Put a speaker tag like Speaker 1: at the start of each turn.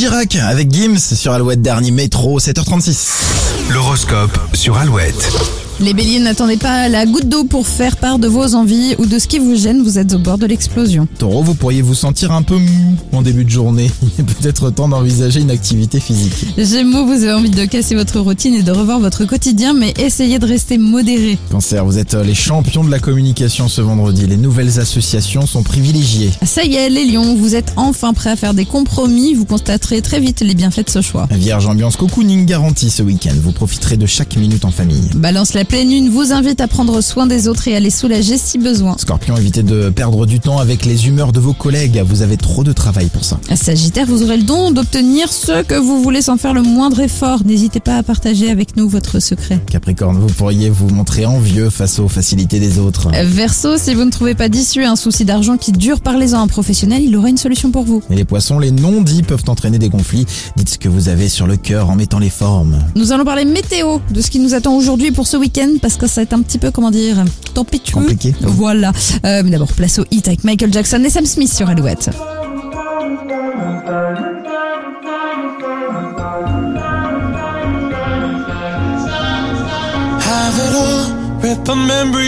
Speaker 1: Chirac avec Gims sur Alouette Dernier Métro, 7h36.
Speaker 2: L'horoscope sur Alouette.
Speaker 3: Les béliers, n'attendez pas la goutte d'eau pour faire part de vos envies ou de ce qui vous gêne, vous êtes au bord de l'explosion.
Speaker 1: Taureau, vous pourriez vous sentir un peu mou en début de journée. Il est peut-être temps d'envisager une activité physique.
Speaker 3: Gémeaux, vous avez envie de casser votre routine et de revoir votre quotidien, mais essayez de rester modéré.
Speaker 1: Cancer, vous êtes euh, les champions de la communication ce vendredi. Les nouvelles associations sont privilégiées.
Speaker 3: Ça y est, les lions, vous êtes enfin prêts à faire des compromis, vous constaterez très vite les bienfaits de ce choix.
Speaker 1: Vierge, ambiance cocooning garantie ce week-end. Vous profiterez de chaque minute en famille.
Speaker 3: Balance, la pleine lune vous invite à prendre soin des autres et à les soulager si besoin.
Speaker 1: Scorpion, évitez de perdre du temps avec les humeurs de vos collègues. Vous avez trop de travail pour ça.
Speaker 3: Sagittaire, vous aurez le don d'obtenir ce que vous voulez sans faire le moindre effort. N'hésitez pas à partager avec nous votre secret.
Speaker 1: Capricorne, vous pourriez vous montrer envieux face aux facilités des autres.
Speaker 3: Verso, si vous ne trouvez pas d'issue à un souci d'argent qui dure, parlez-en à un professionnel, il aura une solution pour vous.
Speaker 1: Et les poissons, les non-dits peuvent entraîner des conflits. Dites ce que vous avez sur le cœur en mettant les formes.
Speaker 3: Nous allons parler météo, de ce qui nous attend aujourd'hui pour ce week-end, parce que ça va être un petit peu, comment dire, tempétueux.
Speaker 1: Compliqué.
Speaker 3: Voilà. Euh, mais d'abord, place au hit avec Michael Jackson et Sam Smith sur Alouette.
Speaker 4: Have it all, rip a memory.